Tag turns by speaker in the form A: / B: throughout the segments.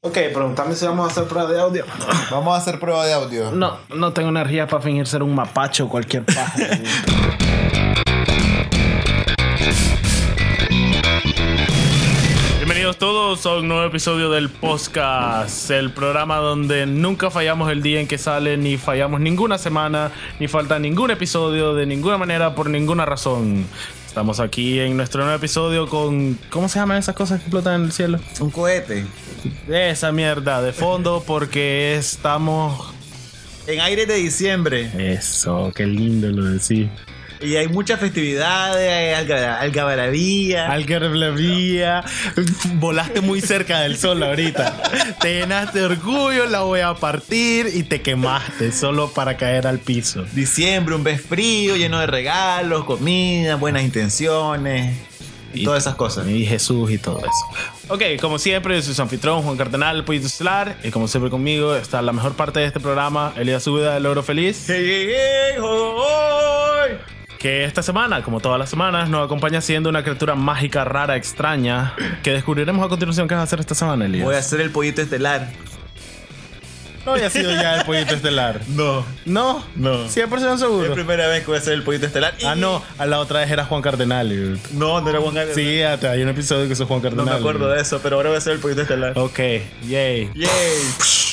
A: Ok, preguntame si vamos a hacer prueba de audio.
B: Vamos a hacer prueba de audio.
C: No, no tengo energía para fingir ser un mapacho o cualquier pájaro.
D: Bienvenidos todos a un nuevo episodio del podcast, el programa donde nunca fallamos el día en que sale, ni fallamos ninguna semana, ni falta ningún episodio de ninguna manera, por ninguna razón. Estamos aquí en nuestro nuevo episodio con... ¿Cómo se llaman esas cosas que explotan en el cielo?
E: Un cohete.
D: Esa mierda de fondo porque estamos...
E: En aire de diciembre.
D: Eso, qué lindo lo decís.
E: Y hay muchas festividades, hay alga- algarabía.
D: Algarabía, volaste muy cerca del sol ahorita. Te llenaste de orgullo, la voy a partir y te quemaste solo para caer al piso.
E: diciembre, un mes frío, lleno de regalos, comida, buenas intenciones. Y todas esas cosas.
D: Y Jesús y todo eso. Ok, como siempre, yo soy su anfitrión, Juan Cardenal, Pollito Solar. Y como siempre conmigo está la mejor parte de este programa, Elías Subida del Logro Feliz. Que esta semana, como todas las semanas, nos acompaña siendo una criatura mágica, rara, extraña. Que descubriremos a continuación qué vas a hacer esta semana, Elías.
E: Voy a hacer el pollito estelar.
D: No había sido ya el pollito estelar.
E: No.
D: No,
E: No.
D: 100%
E: Es la
D: seguro.
E: primera vez que voy a hacer el pollito estelar.
D: Ah, no, a la otra vez era Juan Cardenal. dude.
E: No, no era Juan Gabriel.
D: Sí, hasta hay un episodio que es Juan
E: No
D: Cardenal.
E: me acuerdo
D: dude.
E: de eso, pero ahora voy a hacer el pollito estelar.
D: Ok, yay.
E: Yay.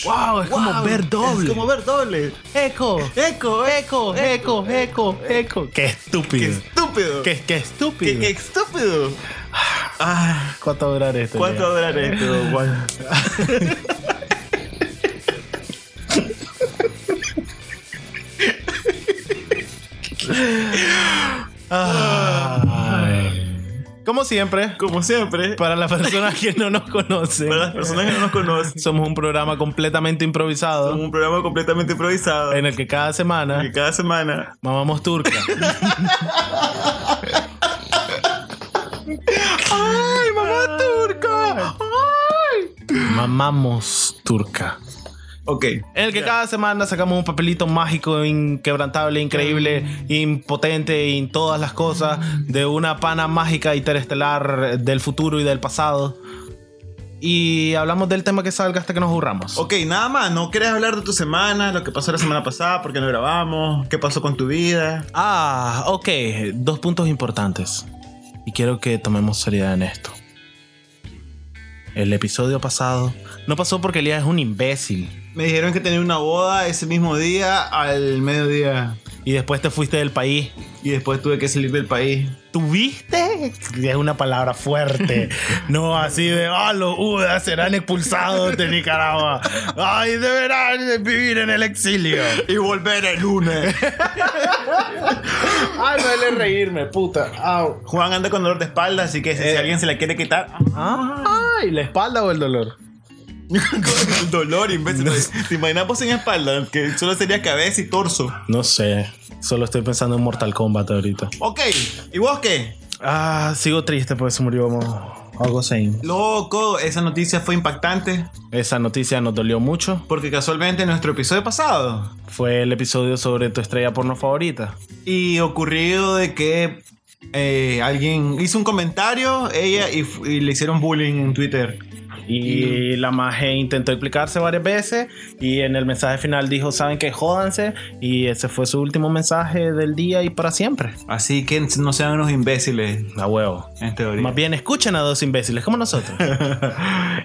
D: Wow, es Oh. como ver doble.
E: Es como ver doble.
D: eco,
E: Eco, eco,
D: eco, eco, eco. Qué
E: Qué
D: estúpido.
E: estúpido.
D: Qué, qué estúpido.
E: Qué, qué estúpido. Ah.
D: ¿Cuánto va a durar este, esto?
E: ¿Cuánto
D: ya?
E: dólares esto, Juan?
D: Ah. Ay. Como siempre,
E: Como siempre,
D: para las personas que no nos conocen,
E: para las personas que no nos conocen,
D: somos un programa completamente
E: somos
D: improvisado
E: un programa completamente improvisado
D: en el que cada semana
E: que cada semana
D: mamamos turca.
E: ¡Ay, mamá turca!
D: mamamos turca.
E: Ok,
D: En el que cada semana sacamos un papelito mágico, inquebrantable, increíble, impotente en todas las cosas de una pana mágica interestelar del futuro y del pasado. Y hablamos del tema que salga hasta que nos aburramos.
E: ok, nada más, no querés hablar de tu semana, lo que pasó la semana pasada, por qué no grabamos, qué pasó con tu vida.
D: Ah, ok. Dos puntos importantes. Y quiero que tomemos seriedad en esto. El episodio pasado no pasó porque Elías es un imbécil.
E: Me dijeron que tenía una boda ese mismo día al mediodía
D: Y después te fuiste del país.
E: y después tuve que salir del país.
D: ¿Tuviste? Es una palabra fuerte. No así de, ah, los UDA serán expulsados de Nicaragua. Ay, deberán vivir en el exilio.
E: Y volver el lunes.
C: Ay, me duele reírme, puta. Au.
E: Juan anda con dolor de espalda, así que si, si alguien se la quiere quitar,
C: Ay, la espalda o el dolor.
E: El dolor, imbécil. ¿Te imaginas vos sin espalda? Que solo sería cabeza y torso.
D: No sé, solo estoy pensando en Mortal Kombat ahorita.
E: Ok, ¿y vos qué?
D: Ah, sigo triste porque se murió Agosein.
E: Loco, esa noticia fue impactante
D: Esa noticia nos dolió mucho.
E: porque casualmente en nuestro episodio pasado
D: Fue el episodio sobre tu estrella porno favorita.
E: y ocurrido de que eh, alguien hizo un comentario, ella y, f- y le hicieron bullying en Twitter.
D: Y la maje intentó explicarse varias veces y en el mensaje final dijo, saben que jódanse y ese fue su último mensaje del día y para siempre.
E: Así que no sean unos imbéciles
D: A huevo.
E: en teoría.
D: Más bien escuchen a dos imbéciles como nosotros.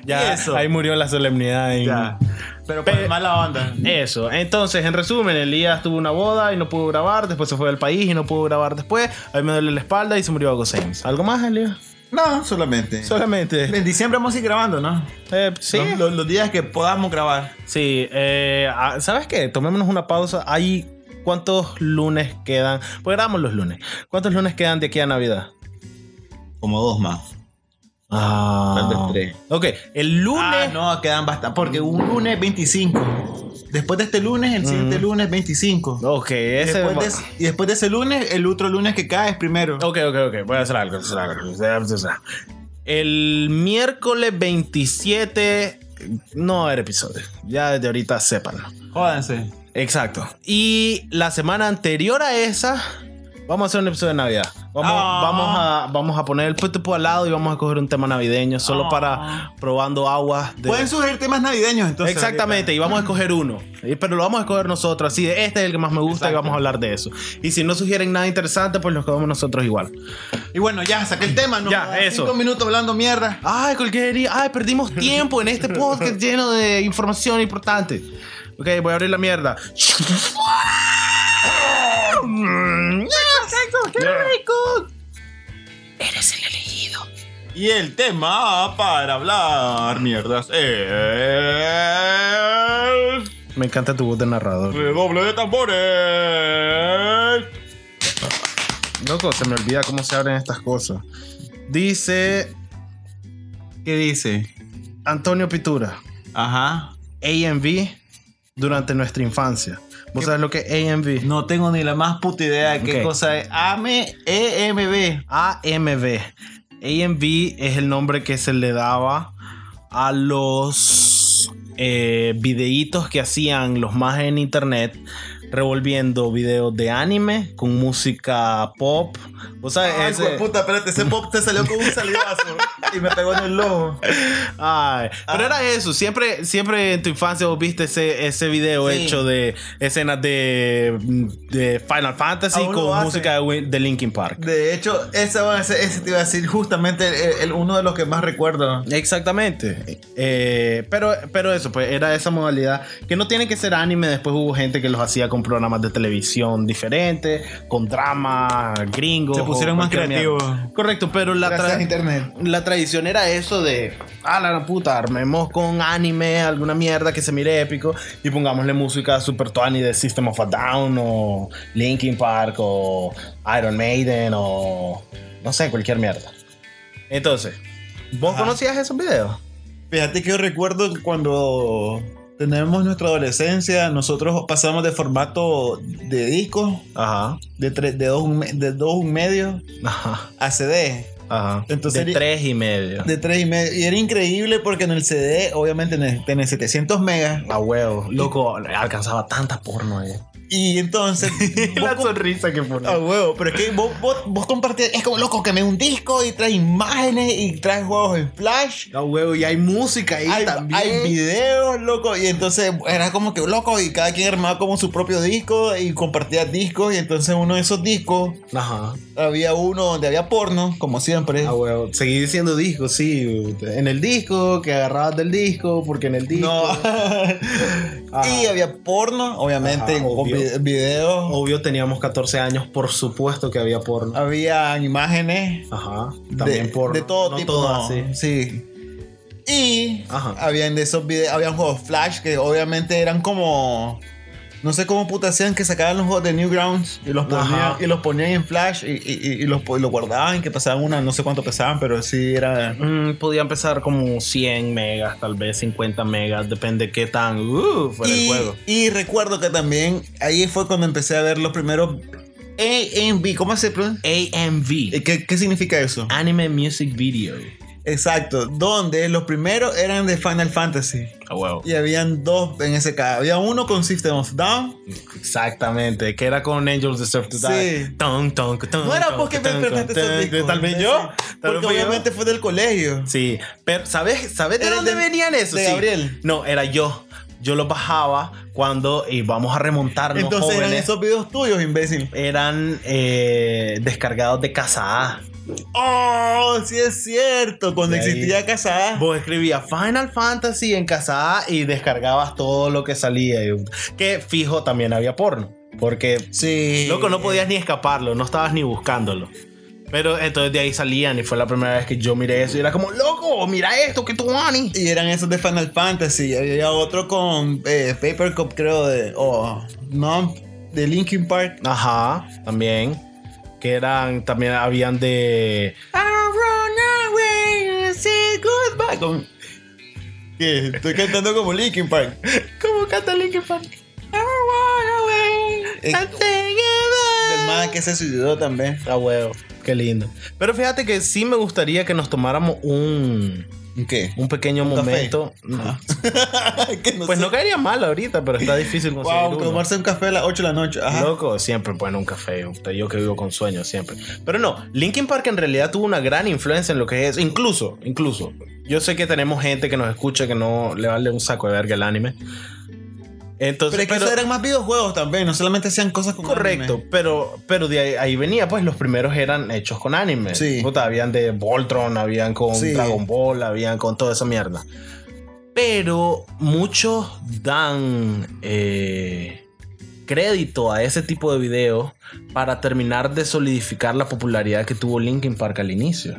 E: ¿Y
D: ya,
E: eso?
D: ahí murió la solemnidad. en-
E: Ya. Pero por
D: Pe-
E: mala onda.
D: Eso, entonces en resumen, Elías tuvo una boda y no pudo grabar, después se fue del país y no pudo grabar después, a mí me duele la espalda y se murió Ago Sainz. ¿Algo más, Elías?
E: No, solamente.
D: Solamente.
E: en diciembre vamos a ir grabando, ¿no?
D: Eh, sí,
E: Los- los- los días que podamos grabar.
D: Sí, eh, ah, ¿sabes qué? Tomémonos una pausa. Hay cuántos lunes quedan. Pues grabamos los lunes. ¿Cuántos lunes quedan de aquí a Navidad?
E: Como dos más.
D: Ah,
E: Tal vez tres.
D: Ok, el lunes.
E: Ah, no, quedan bastante. Porque un lunes 25. Después de este lunes, el siguiente lunes 25.
D: Ok, ese.
E: después de ese- y después de ese lunes, el otro lunes que cae es primero.
D: Ok, ok, ok. Voy a hacer algo. voy a hacer algo, voy a hacer algo. El miércoles 27. No va a haber episodio. Ya desde ahorita sépanlo.
E: Jódanse.
D: Exacto. Y la semana anterior a esa, vamos a hacer un episodio de Navidad. Vamos Vamos,
E: Ah.
D: vamos, a, vamos a poner el puestupo al lado y vamos a coger un tema navideño solo
E: Ah.
D: para probando aguas de.
E: Pueden sugerir temas navideños entonces.
D: Exactamente, y vamos a escoger uno. Eh, Pero lo vamos a escoger nosotros, así de este es el que más me gusta y vamos a hablar de eso. Y si no sugieren nada interesante, pues nos quedamos nosotros igual.
E: ahorita. Y bueno, ya, saqué el tema, ¿no?
F: Ya, eso.
E: Cinco minutos hablando mierda.
D: Ay, cualquier. Ay, perdimos tiempo en este podcast lleno de información importante. Ok, voy a abrir la mierda.
E: Y el tema para hablar mierdas es...
D: Me encanta tu voz de narrador.
E: Doble de tambores.
D: Loco, se me olvida cómo se abren estas cosas. Dice
E: ¿Qué dice?
D: Antonio Pitura,
E: Ajá.
D: AMV durante nuestra infancia. ¿Vos sabés lo que es AMV?
E: No tengo ni la más puta idea de qué
D: Ok.
E: cosa es. E AME, EMB.
D: AMV. AMV es el nombre que se le daba a los eh, videitos que hacían los más en internet revolviendo videos de anime con música pop. ¿Vos sabés?
E: Ay,
D: Ese-
E: Ah, hijo de puta, espérate, ese pop te salió con un salivazo y me pegó en el ojo.
D: Ay,
E: Ah.
D: pero era eso, siempre, siempre en tu infancia vos viste ese, ese video
E: Sí.
D: hecho de escenas de, de Final Fantasy
E: Aún lo
D: con
E: hace.
D: música de, Win- de Linkin Park.
E: De hecho, ese, va a ser- ese te iba a decir justamente el- el- uno de los que más recuerdo.
D: Exactamente. Eh, pero, pero eso, pues era esa modalidad que no tiene que ser anime. Después hubo gente que los hacía con programas de televisión diferentes, con drama gringos.
E: Se pusieron
D: o
E: más
D: cualquier
E: creativos.
D: mierda. Correcto, pero la,
B: Gracias
D: tra-
B: internet.
D: la tradición era eso de, ah, la gran puta, armemos con anime alguna mierda que se mire épico y pongámosle música super tuani de System of a Down o Linkin Park o Iron Maiden o no sé, cualquier mierda. Entonces, ¿vos conocías esos videos?
E: Fíjate que yo recuerdo que cuando tenemos nuestra adolescencia, nosotros pasamos de formato de disco,
D: Ajá,
E: de, tres, de, dos, un me- de dos un medio,
D: ajá,
E: a CD.
D: ajá.
E: Entonces,
D: de
E: y-
D: tres y medio.
E: De tres y medio. Y era increíble porque en el CD, obviamente, tenés- tenés 700 megas.
D: A huevo, loco, alcanzaba tanta porno eh.
E: Y entonces. vos com-
D: sonrisa que ponía.
E: Ah, huevo, pero es que vos, vos, vos compartís, es como loco que me un disco y traes imágenes y traes juegos en flash.
D: A huevo, y hay música ahí
E: Hay,
D: también.
E: hay videos, loco, y entonces era como que loco y cada quien armaba como su propio disco y compartía discos y entonces uno de esos discos
D: Ajá.
E: había uno donde había porno, como siempre.
D: Ah, huevo. Seguí diciendo disco, sí. En el disco, que agarrabas del disco, porque en el disco.
E: no.
D: Ajá.
E: y había porno, obviamente,
D: Ajá,
E: con
D: obvio.
E: vi- videos.
D: Obvio, teníamos 14 años, por supuesto que había porno.
E: Había imágenes.
D: Ajá. También
E: Ah. de,
D: porno.
E: de todo
D: No
E: tipo
D: todo
E: no,
D: así.
E: sí y
D: Ajá.
E: habían de esos videos habían juegos flash que obviamente eran como no sé cómo puta hacían que sacaban los juegos de Newgrounds y los ponían,
D: Ajá.
E: y los ponían en flash y, y- y- y los, po- y los guardaban que pesaban una no sé cuánto pesaban pero sí era
D: Mm, podía empezar como 100 megas, tal vez 50 megas, depende qué tan uh, fuera el
E: y,
D: juego.
E: y recuerdo que también ahí fue cuando empecé a ver los primeros AMV ¿cómo se pronuncia?
D: AMV,
E: ¿Qué, ¿Qué significa eso?
D: Anime Music Video.
E: Exacto, donde los primeros eran de Final Fantasy.
D: A huevo.
E: Y habían dos en ese caso. Había uno con System of Down.
D: Exactamente, que era con Angels Deserve to Die.
E: Sí.
D: Ton, ton, ton,
E: No era
D: ton,
E: porque me
D: ton,
E: enfermaste
D: ton,
E: esos
D: ton,
E: discos.
D: Tal vez yo. Tal vez
E: Porque
D: fui yo.
E: obviamente fue del colegio.
D: Sí, pero ¿sabes, ¿sabes de
E: Era
D: dónde
E: de-
D: venían eso?
E: de
D: Sí.
E: Gabriel.
D: No, era yo. Yo lo bajaba cuando y vamos a remontarnos
E: Entonces eran
D: jóvenes.
E: esos videos tuyos, imbécil.
D: Eran eh, descargados de casa A.
E: Ah. Oh, sí es cierto. Cuando
D: De ahí-
E: existía Casa A.
D: Vos escribías Final Fantasy en casa A y descargabas todo lo que salía. y- Que fijo también había porno. Porque,
E: Sí.
D: loco, no podías ni escaparlo, no estabas ni buscándolo. Pero entonces de ahí salían y fue la primera vez que yo miré eso y era como, loco, mira esto, que tú, Ani.
E: Y eran esos de Final Fantasy. Había otro con eh, Papercup, creo, de. Oh, no. De Linkin Park.
D: Ajá, también. Que eran, también habían de.
E: Ah, con- ¿Qué? Estoy cantando como Linkin Park.
D: ¿Cómo canta Linkin Park?
E: Eh, Del man que se suicidó también.
D: Ah, huevo, qué lindo. Pero fíjate que sí me gustaría que nos tomáramos un,
E: ¿Qué?
D: un pequeño
E: café.
D: momento.
E: Que no
D: Pues
E: sé.
D: no caería mal ahorita, pero está difícil conseguir
E: Wow,
D: uno.
E: tomarse un café a las 8 de la noche. Ajá.
D: Loco, siempre, bueno, un café. puta, Yo que vivo con sueños, siempre. Pero no, Linkin Park en realidad tuvo una gran influencia en lo que es. Incluso, incluso. Yo sé que tenemos gente que nos escucha que no le vale un saco de verga el anime. Entonces,
E: pero es que
D: pero-
E: esos eran más videojuegos también, no solamente hacían cosas con
D: correcto,
E: anime.
D: pero, pero de ahí, ahí venía, pues los primeros eran hechos con anime.
E: Sí.
D: Puta, habían de Voltron, habían con
E: Sí.
D: Dragon Ball, habían con toda esa mierda. Pero muchos dan eh, crédito a ese tipo de videos para terminar de solidificar la popularidad que tuvo Linkin Park al inicio.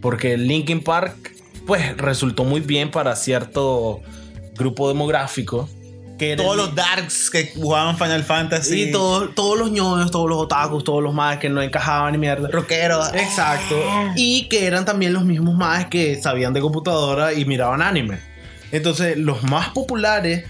D: Porque Linkin Park, pues, resultó muy bien para cierto grupo demográfico. Que era
E: Todos
D: el-
E: los darks que jugaban Final Fantasy.
D: Sí, todos, todos los ñoños, todos los otakus, todos los más que no encajaban y mierda.
E: Rockeros.
D: Exacto. Y que eran también los mismos más que sabían de computadora y miraban anime. Entonces, los más populares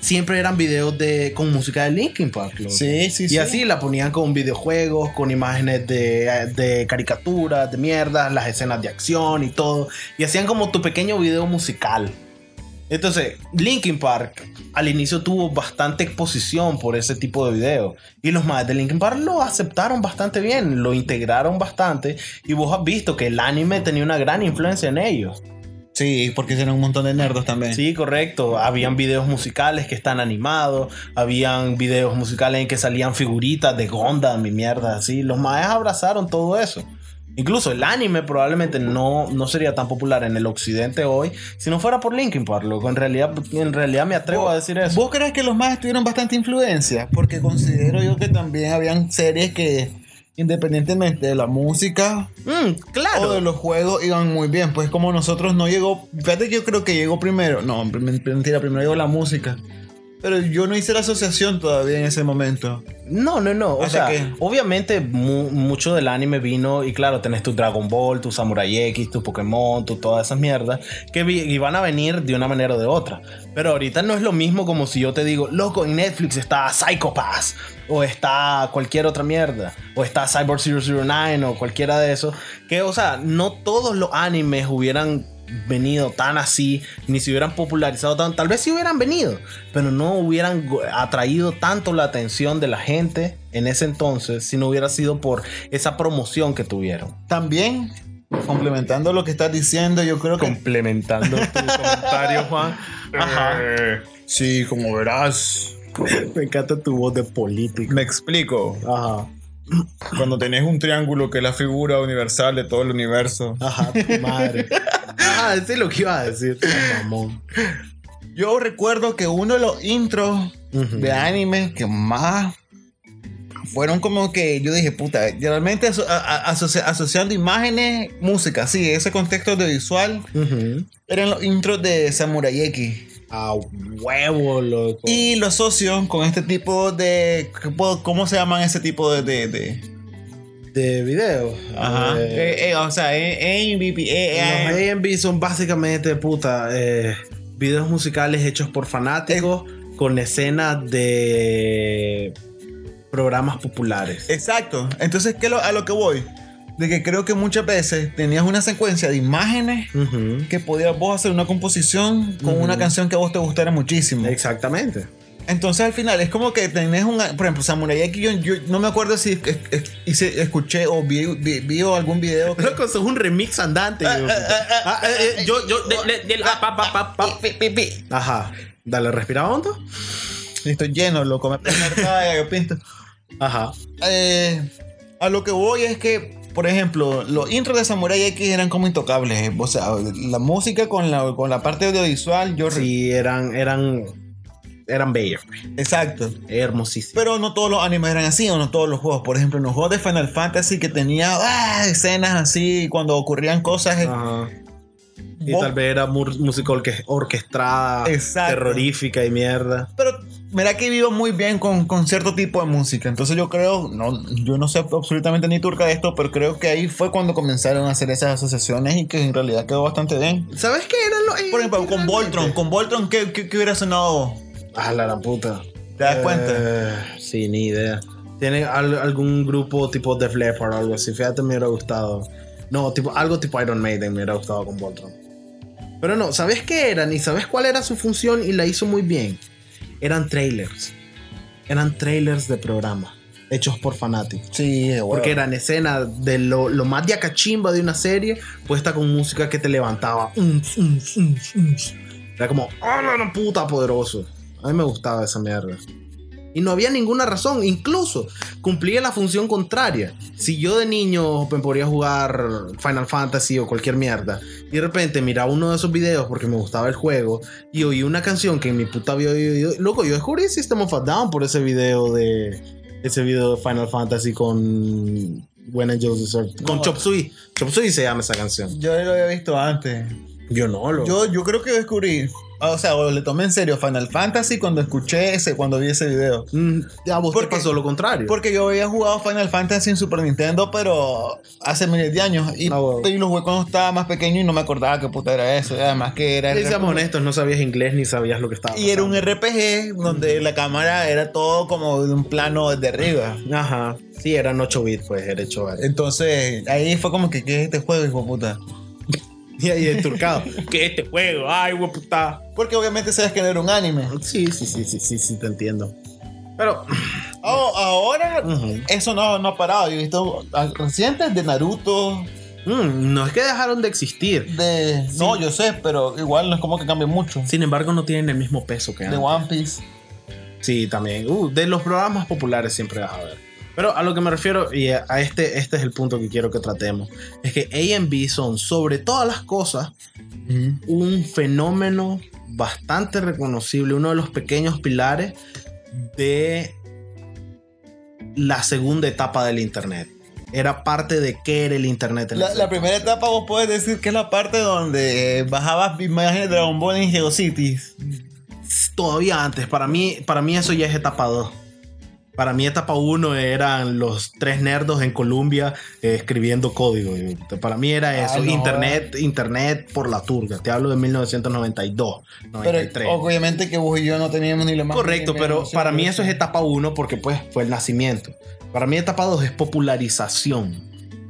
D: siempre eran videos de, con música de Linkin Park. loco.
E: Sí, sí,
D: Y
E: sí.
D: así la ponían con videojuegos, con imágenes de, de caricaturas, de mierdas, las escenas de acción y todo. Y hacían como tu pequeño video musical. Entonces, Linkin Park al inicio tuvo bastante exposición por ese tipo de video. Y los madres de Linkin Park lo aceptaron bastante bien, lo integraron bastante. Y vos has visto que el anime tenía una gran influencia en ellos.
E: Sí, porque hicieron un montón de nerdos también.
D: Sí, correcto. Habían videos musicales que están animados. Habían videos musicales en que salían figuritas de Gonda, mi mierda, así. Los madres abrazaron todo eso. Incluso el anime probablemente no, no sería tan popular en el occidente hoy si no fuera por Linkin Park, loco. En realidad, en realidad me atrevo a decir eso.
E: ¿Vos crees que los más tuvieron bastante influencia? Porque considero yo que también habían series que, independientemente de la música
D: Mm, claro.
E: o de los juegos, iban muy bien. Pues como nosotros no llegó. Fíjate que yo creo que llegó primero. No, men- mentira, primero llegó la música. Pero yo no hice la asociación todavía en ese momento.
D: No, no, no. O sea,
E: ¿Hasta qué?
D: obviamente mu- mucho del anime vino y claro, tenés tu Dragon Ball, tu Samurai X, tu Pokémon, tu todas esas mierdas que vi- y van a venir de una manera o de otra. Pero ahorita no es lo mismo como si yo te digo, loco, en Netflix está Psycho Pass o está cualquier otra mierda o está Cyber 009 o cualquiera de esos. Que, o sea, no todos los animes hubieran venido tan así, ni se hubieran popularizado tan, tal vez si hubieran venido, pero no hubieran go- atraído tanto la atención de la gente en ese entonces si no hubiera sido por esa promoción que tuvieron.
E: También, complementando lo que estás diciendo, yo creo que.
D: Complementando tu comentario, Juan. Eh,
E: Sí, como verás.
D: Me encanta tu voz de político.
E: Me explico.
D: Ajá.
E: Cuando tenés un triángulo que es la figura universal de todo el universo.
D: Ajá, Ah, tu madre. Ajá, decir lo que iba a decir. Mamón.
E: Yo recuerdo que uno de los intros
D: Ujú.
E: de anime que más fueron como que yo dije, puta, realmente aso- a- a- asocia- asociando imágenes, música, sí, ese contexto audiovisual
D: Ujú.
E: eran los intros de Samurai X.
D: A huevo, loco.
E: Y lo asocio con este tipo de. ¿cómo- ¿Cómo se llaman ese tipo de.? de- de-
D: de video.
E: Ajá.
D: Eh,
E: Eh, eh, o sea, eh, eh, BB, eh, eh,
D: Los A&B son básicamente, puta, eh, videos musicales hechos por fanáticos con escenas de programas populares.
E: Exacto. Entonces, ¿qué lo- a lo que voy? De que creo que muchas veces tenías una secuencia de imágenes
D: Ujú.
E: que podías vos hacer una composición con
D: Ujú.
E: una canción que a vos te gustara muchísimo.
D: Exactamente.
E: Entonces, al final, es como que tenés una. Por ejemplo, Samurai X, yo, yo no me acuerdo si es- es- es- hice- escuché o vi, vi- vi algún video. que-
D: Loco, eso es un remix andante. yo, puta. Ah, eh, eh, yo, yo, de- de- del- ah, pa, pa, pa, pa.
E: Pi, pi, pi.
D: Ajá. Dale, respira hondo.
E: Estoy lleno, loco. Me puse hartada de gallo pinto.
D: Ajá.
E: Eh, a lo que voy es que, por ejemplo, los intros de Samurai X eran como intocables. eh. O sea, la música con la, con la parte audiovisual, yo.
D: Sí, eran, eran, eran bellos. pues.
E: Exacto.
D: Hermosísimos.
E: Pero no todos los animes eran así, o no todos los juegos. Por ejemplo, en los juegos de Final Fantasy que tenía ah, escenas así, cuando ocurrían cosas. eh,
D: Ajá. Ah, Y
E: vos-
D: tal vez era mur- música orque- orquestada,
E: Exacto.
D: terrorífica y mierda.
E: Pero mira que vivo muy bien con, con cierto tipo de música. Entonces yo creo, no, yo no sé absolutamente ni turca de esto, pero creo que ahí fue cuando comenzaron a hacer esas asociaciones y que en realidad quedó bastante bien.
D: ¿Sabes qué eran los eh,
E: Por ejemplo, con Voltron, con Voltron, ¿qué, qué- qué hubiera sonado?
D: Ah, la gran puta.
E: ¿Te das cuenta?
D: Eh, sí, ni idea. Tiene al- algún grupo tipo Def Leppard o algo así. Fíjate, me hubiera gustado. No, tipo, algo tipo Iron Maiden me hubiera gustado con Voltron. Pero no, ¿sabes qué eran? Y ¿sabes cuál era su función? Y la hizo muy bien. Eran trailers. Eran trailers de programa. Hechos por fanáticos.
E: Sí, de huevo.
D: Porque eran escenas de lo, lo más de acachimba de una serie, puesta con música que te levantaba. Unz, unz, unz, unz. Era como, ¡ah, la gran puta poderoso! A mí me gustaba esa mierda. Y no había ninguna razón, incluso cumplía la función contraria. Si yo de niño pues, podía jugar Final Fantasy o cualquier mierda, y de repente miraba uno de esos videos porque me gustaba el juego, y oí una canción que en mi puta había oído. Loco, yo descubrí System of a Down por ese video de, ese video de Final Fantasy con When Angels Desert. Con Chop Suey. Chop Suey se llama esa canción.
E: Yo lo había visto antes.
D: Yo no lo.
E: Yo, yo creo que descubrí. O sea, o le tomé en serio Final Fantasy cuando escuché ese, cuando vi ese video.
D: Mm, a vos
E: ¿Por
D: te
E: qué?
D: pasó lo contrario.
E: Porque yo había jugado Final Fantasy en Super Nintendo, pero hace miles de años. Y,
D: Ah, huevo.
E: y lo jugué cuando estaba más pequeño y no me acordaba qué puta era eso. Y además que era.
D: Sí, seamos honestos, no sabías inglés ni sabías lo que estaba.
E: Y era un
D: pasando.
E: RPG donde la cámara era todo como de un plano desde arriba.
D: Ajá. Sí, eran 8 bits, pues, era hecho varios.
E: Entonces, ahí fue como que, ¿qué es este juego, hijo de puta?
D: Y ahí el turcado.
G: Que este juego, ay, hueputa.
E: Porque obviamente sabes que no era un anime.
D: Sí, sí, sí, sí, sí, sí, te entiendo. Pero,
E: Oh, ahora
D: Ujú.
E: eso no, no ha parado. Yo he visto ah, recientes de Naruto,
D: mm, no es que dejaron de existir.
E: de... No, yo sé, pero igual no es como que cambie mucho.
D: Sin embargo, no tienen el mismo peso que
E: De One Piece.
D: Sí, también. Uh, de los programas más populares siempre vas a ver. Pero a lo que me refiero, y a a este, este es el punto que quiero que tratemos, es que A&B son, sobre todas las cosas, un fenómeno bastante reconocible, uno de los pequeños pilares de la segunda etapa del Internet. Era parte de qué era el Internet. en
E: La,
D: ese
E: la primera etapa vos puedes decir que es la parte donde eh, bajabas imágenes de Dragon Ball en GeoCities.
D: todavía antes. Para mí, para mí eso ya es etapa 2. Para mí etapa 1 eran los tres nerdos en Colombia eh, escribiendo código. Yo- te- Para mí era eso.
E: Ah, no.
D: Internet, internet por la turga. Te hablo de 1992,
E: Pero
D: 93.
E: obviamente que vos y yo no teníamos ni lo más...
D: Correcto,
E: mínima
D: pero
E: noción
D: para
E: de
D: mí eso es etapa 1 porque pues fue el nacimiento. Para mí etapa 2 es popularización.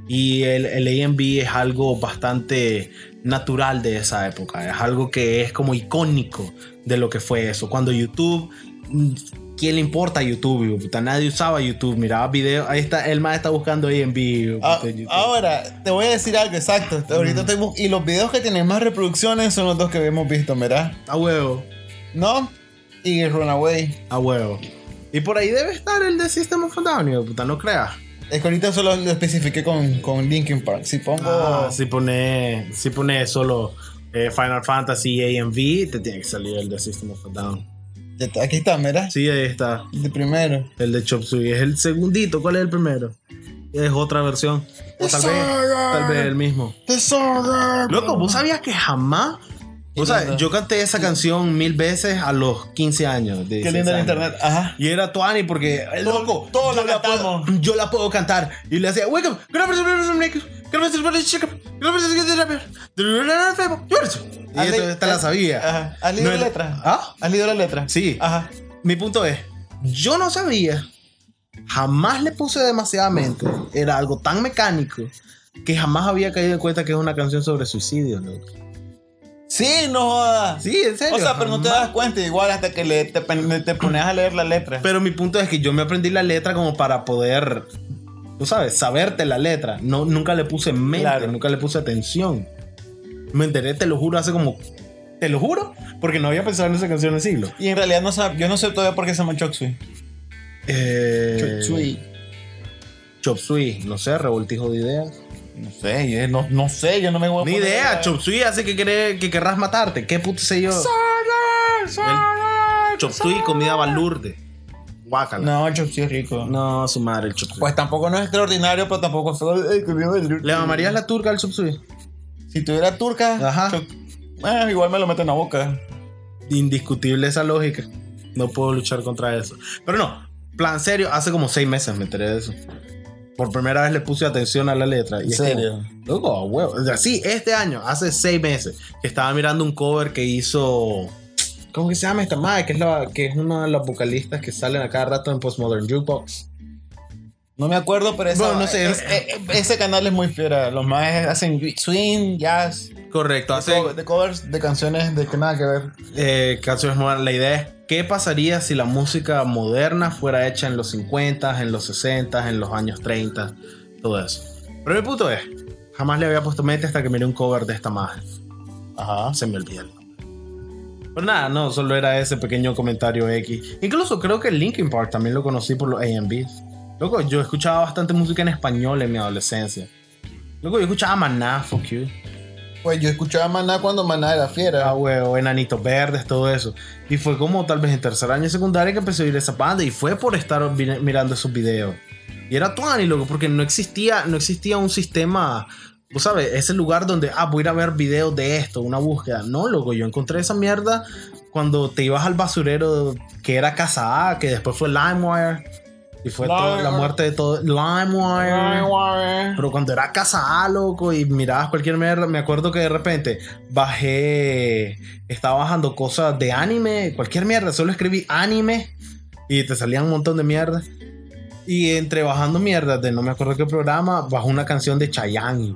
D: Y el, el AMB es algo bastante natural de esa época. Es algo que es como icónico de lo que fue eso. Cuando YouTube... mm, ¿Quién le importa YouTube? hijo de puta? Nadie usaba YouTube. Miraba videos. Ahí está. El más está buscando AMB. hijo de
E: Ah,
D: puta, en YouTube.
E: ahora, te voy a decir algo exacto. Ahorita estoy bus- y los videos que tienen más reproducciones son los dos que hemos visto, ¿verdad?
D: A huevo.
E: ¿No? Y Runaway.
D: A huevo. Y por ahí debe estar el de System of a Down. hijo de puta, No creas.
E: Es que ahorita solo lo especifiqué con, con Linkin Park. Si pongo.
D: Ah, si pone, si pone solo eh, Final Fantasy AMV, te tiene que salir el de System of a Down.
E: Ya está- Aquí está, ¿verdad?
D: Sí, ahí está.
E: De primero.
D: El de Chop Suey. Es el segundito. ¿Cuál es el primero? Es otra versión. O tal vez, tal vez el mismo. Loco, ¿vos sabías que jamás? O sea,
E: lindo.
D: yo canté esa canción mil veces a los 15 años.
E: Qué lindo el
D: 16 años.
E: internet. Ajá.
D: Y era Tuani porque, eh, loco,
E: todos
D: yo
E: la
D: puedo,
E: cantamos.
D: yo la puedo cantar. Y le hacía, wake up, grab it, grab it, make it, grab it, grab it, shake it, grab it, get it up here, do it, do it, do it. Y
E: Ale-
D: esto- esta la
E: Ale-
D: sabía.
E: Ajá. ¿Has leído
D: No
E: la
D: era-
E: letra?
D: ¿Ah?
E: ¿Has leído la letra?
D: Sí.
E: Ajá.
D: Mi punto es, yo no sabía, jamás le puse demasiadamente, era algo tan mecánico que jamás había caído en cuenta que es una canción sobre suicidio, loco.
E: Sí, no jodas.
D: Sí, en serio.
E: o sea, pero no te
D: jamás.
E: das cuenta igual hasta que le- te, pen- te pones a leer la letra.
D: Pero mi punto es que yo me aprendí la letra como para poder, tú sabes, saberte la letra. No, nunca le puse mente,
E: Claro.
D: nunca le puse atención. Me enteré, te lo juro, hace como... Te lo juro, porque no había pensado en esa canción en el siglo.
E: y en realidad no sab- yo no sé todavía por qué se llama Choksui.
D: Eh, Chop Suey, no sé, revoltijo de ideas.
E: No sé, yo no, no sé, yo no me voy a
D: Ni
E: poner
D: idea,
E: a-
D: Chop Suey hace que, queré- que querrás matarte. ¿Qué puto sé yo? El Chop Suey, comida balurde. Guácala.
E: No, Choksui es rico.
D: No. su madre, el Chop Suey.
E: Pues tampoco no es extraordinario, pero tampoco solo. "Ay, que viva el-
D: ¿Le mamarías la turca al Chop Suey?
E: Si tuviera turca,
D: Ajá.
E: Chok- eh, igual me lo meto en la boca.
D: indiscutible esa lógica. No puedo luchar contra eso. Pero no, plan serio, hace como seis meses me enteré de eso. Por primera vez le puse atención a la letra. Y es
E: serio?
D: como, Loco, a huevo. O sea, sí, este año, hace seis meses, que estaba mirando un cover que hizo. ¿Cómo que se llama esta madre? Que es, la, que es una de las vocalistas que salen a cada rato en Postmodern Jukebox.
B: No me acuerdo, pero esa-
D: Bueno, no sé.
B: es- es- ese canal es muy fiera. Los más hacen swing, jazz,
D: Correcto,
B: de,
D: hacen
B: co- de covers de canciones de que nada que ver.
D: eh, canciones modernas. La idea es, ¿qué pasaría si la música moderna fuera hecha en los 50, en los 60, en los años 30? Todo eso. Pero mi punto es, jamás le había puesto mente hasta que miré un cover de esta magia. Ajá. Se me olvidó. el nombre. Pero nada, no, solo era ese pequeño comentario X. Incluso creo que Linkin Park también lo conocí por los AMVs. Loco, yo escuchaba bastante música en español en mi adolescencia. Loco, yo escuchaba Maná, fuck you.
B: Pues yo escuchaba Maná cuando Maná era
D: Ah,
B: fiera.
D: huevo, enanitos verdes, todo eso. Y fue como tal vez en tercer año de secundaria que empecé a oír esa banda y fue por estar vi- mirando esos videos. Y era y loco, porque no existía, no existía un sistema, vos sabes, ese lugar donde, ah, voy a ir a ver videos de esto, una búsqueda. No, loco, yo encontré esa mierda cuando te ibas al basurero que era Casa A, que después fue LimeWire. Y fue toda la
B: LimeWire.
D: muerte de todo. LimeWire. Pero cuando era casa A, loco, y mirabas cualquier mierda, me acuerdo que de repente bajé, estaba bajando cosas de anime, cualquier mierda, solo escribí anime y te salían un montón de mierda. Y entre bajando mierdas de no me acuerdo qué programa, bajó una canción de Chayanne.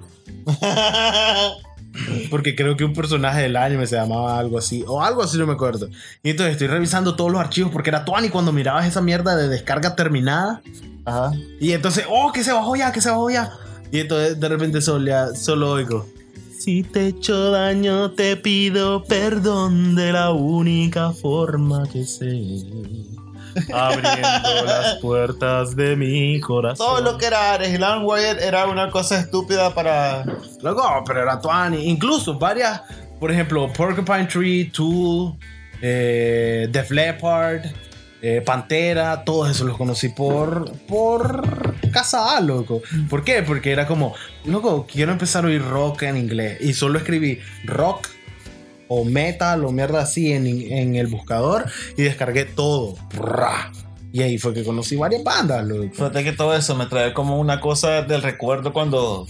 D: Porque creo que un personaje del anime se llamaba algo así, o algo así, no me acuerdo. Y entonces estoy revisando todos los archivos porque era Tuani cuando mirabas esa mierda de descarga terminada.
B: Ajá.
D: Y entonces, oh, que se bajó ya, que se bajó ya. Y entonces de repente solo, ya- solo oigo. Si te he hecho daño, te pido perdón de la única forma que sé.
F: Abriendo las puertas de mi corazón.
B: Todo lo que era Slime era una cosa estúpida para.
D: Loco, pero era Tuani. Incluso varias, por ejemplo, Porcupine Tree, Tool, eh, Def Leppard, eh, Pantera, todos esos los conocí por. por. Casa A, loco. ¿Por qué? Porque era como, loco, quiero empezar a oír rock en inglés. Y solo escribí rock o metal o mierda así en, en el buscador y descargué todo. Prrra. Y ahí fue que conocí varias bandas, loco.
B: Fíjate que todo eso me trae como una cosa del recuerdo cuando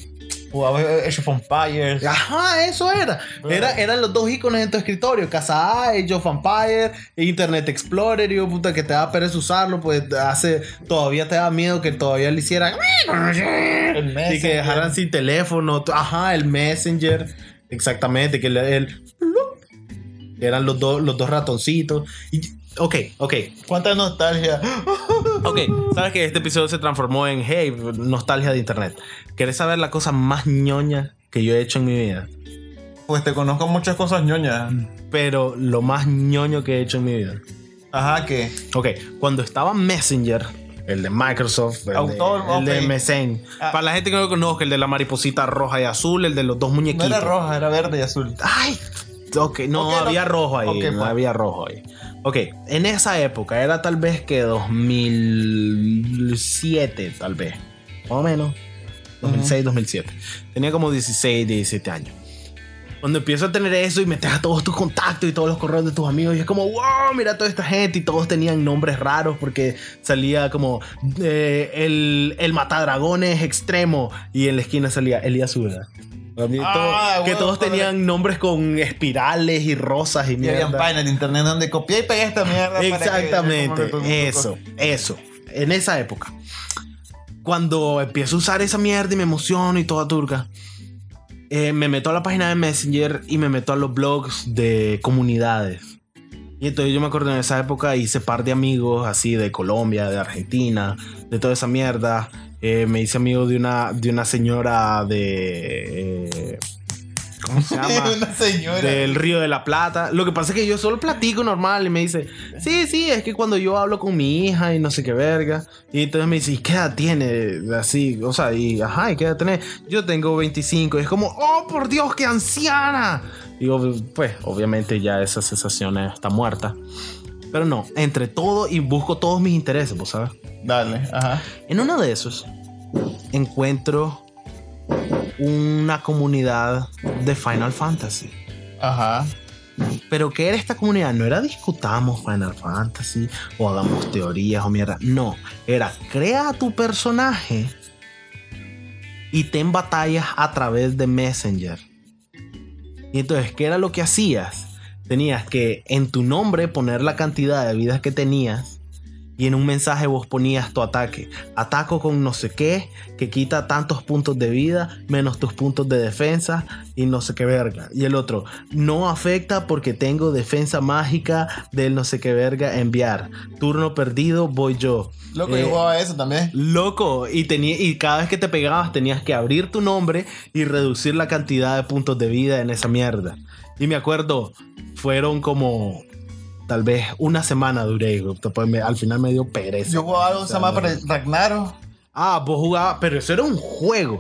B: jugaba eh, Age of Empires.
D: Ajá, eso era. Era- eran los dos iconos en tu escritorio: Casa A, Age of Empire, Internet Explorer. Y yo, puta, que te da pereza usarlo, pues hace. Todavía te da miedo que todavía le hicieran.
B: El
D: Y que
B: Messenger.
D: dejaran sin teléfono. t- Ajá, el Messenger. Exactamente, que le- el. Eran los, dos los dos ratoncitos. Y, ok, ok.
B: Cuánta nostalgia.
D: Ok, sabes que este episodio se transformó en hey, nostalgia de internet. ¿Querés saber la cosa más ñoña que yo he hecho en mi vida?
E: Pues te conozco muchas cosas ñoñas.
D: Pero lo más ñoño que he hecho en mi vida.
E: Ajá, que.
D: Ok, cuando estaba Messenger, el de Microsoft, el, de-
E: Autor,
D: el de,
E: ok.
D: MSN.
E: Ah.
D: Para la gente que no lo conozca, el de la mariposita roja y azul, el de los dos
E: No
D: muñequitos.
E: era roja, era verde y azul.
D: Ay, ok, no,
E: Ok, no.
D: había rojo ahí.
E: Ok,
D: no
E: fine.
D: había rojo ahí. Ok, en esa época era tal vez que 2007, tal vez. Más o menos. 2006, 2007. Tenía como 16, 17 años. Cuando empiezo a tener eso y metes a todos tus contactos y todos los correos de tus amigos, y es como, wow, mira toda esta gente. Y todos tenían nombres raros porque salía como eh, el, el matadragones extremo. Y en la esquina salía Elías Uda.
B: Ah,
D: que
B: huevo,
D: todos
B: padre.
D: tenían nombres con espirales y rosas y
B: Y había
D: mierda.
B: páginas de internet donde copié y pegué esta mierda. para que-
D: Exactamente,
B: como que-
D: eso, eso, en esa época. Cuando empiezo a usar esa mierda y me emociono y toda turca, eh, me meto a la página de Messenger y me meto a los blogs de comunidades. Y entonces yo me acuerdo en esa época hice par de amigos así de Colombia, de Argentina, de toda esa mierda. Eh, me hice amigo de una, de una señora de... eh, ¿Cómo se llama?
B: Una señora.
D: del Río de la Plata. Lo que pasa es que yo solo platico normal y me dice, sí, sí, es que cuando yo hablo con mi hija y no sé qué verga. Y entonces me dice, ¿y qué edad tiene? Así, o sea, y ajá, ¿y qué edad tiene? Yo tengo 25. Y es como, oh, por Dios, qué anciana. Y ob- pues, obviamente ya esa sensación está muerta. Pero no, entre todo y busco todos mis intereses, ¿vos sabes?
B: Dale, ajá.
D: En uno de esos encuentro una comunidad de Final Fantasy.
B: Ajá.
D: Pero que era esta comunidad, no era discutamos Final Fantasy o hagamos teorías o mierda. No, era crea tu personaje y ten batallas a través de Messenger. Y entonces, ¿qué era lo que hacías? Tenías que en tu nombre poner la cantidad de vidas que tenías y en un mensaje vos ponías tu ataque. Ataco con no sé qué, que quita tantos puntos de vida, menos tus puntos de defensa y no sé qué verga. Y el otro, no afecta porque tengo defensa mágica del no sé qué verga enviar. Turno perdido, voy yo.
B: Loco,
D: Eh,
B: yo jugaba eso también.
D: Loco, y, tenía, y cada vez que te pegabas tenías que abrir tu nombre y reducir la cantidad de puntos de vida en esa mierda. Y me acuerdo, fueron como tal vez una semana duré, güey. Después me- al final me dio pereza.
B: Yo jugaba algo que se llama Ra- Ragnarok
D: Ah, vos jugabas, pero eso era un juego.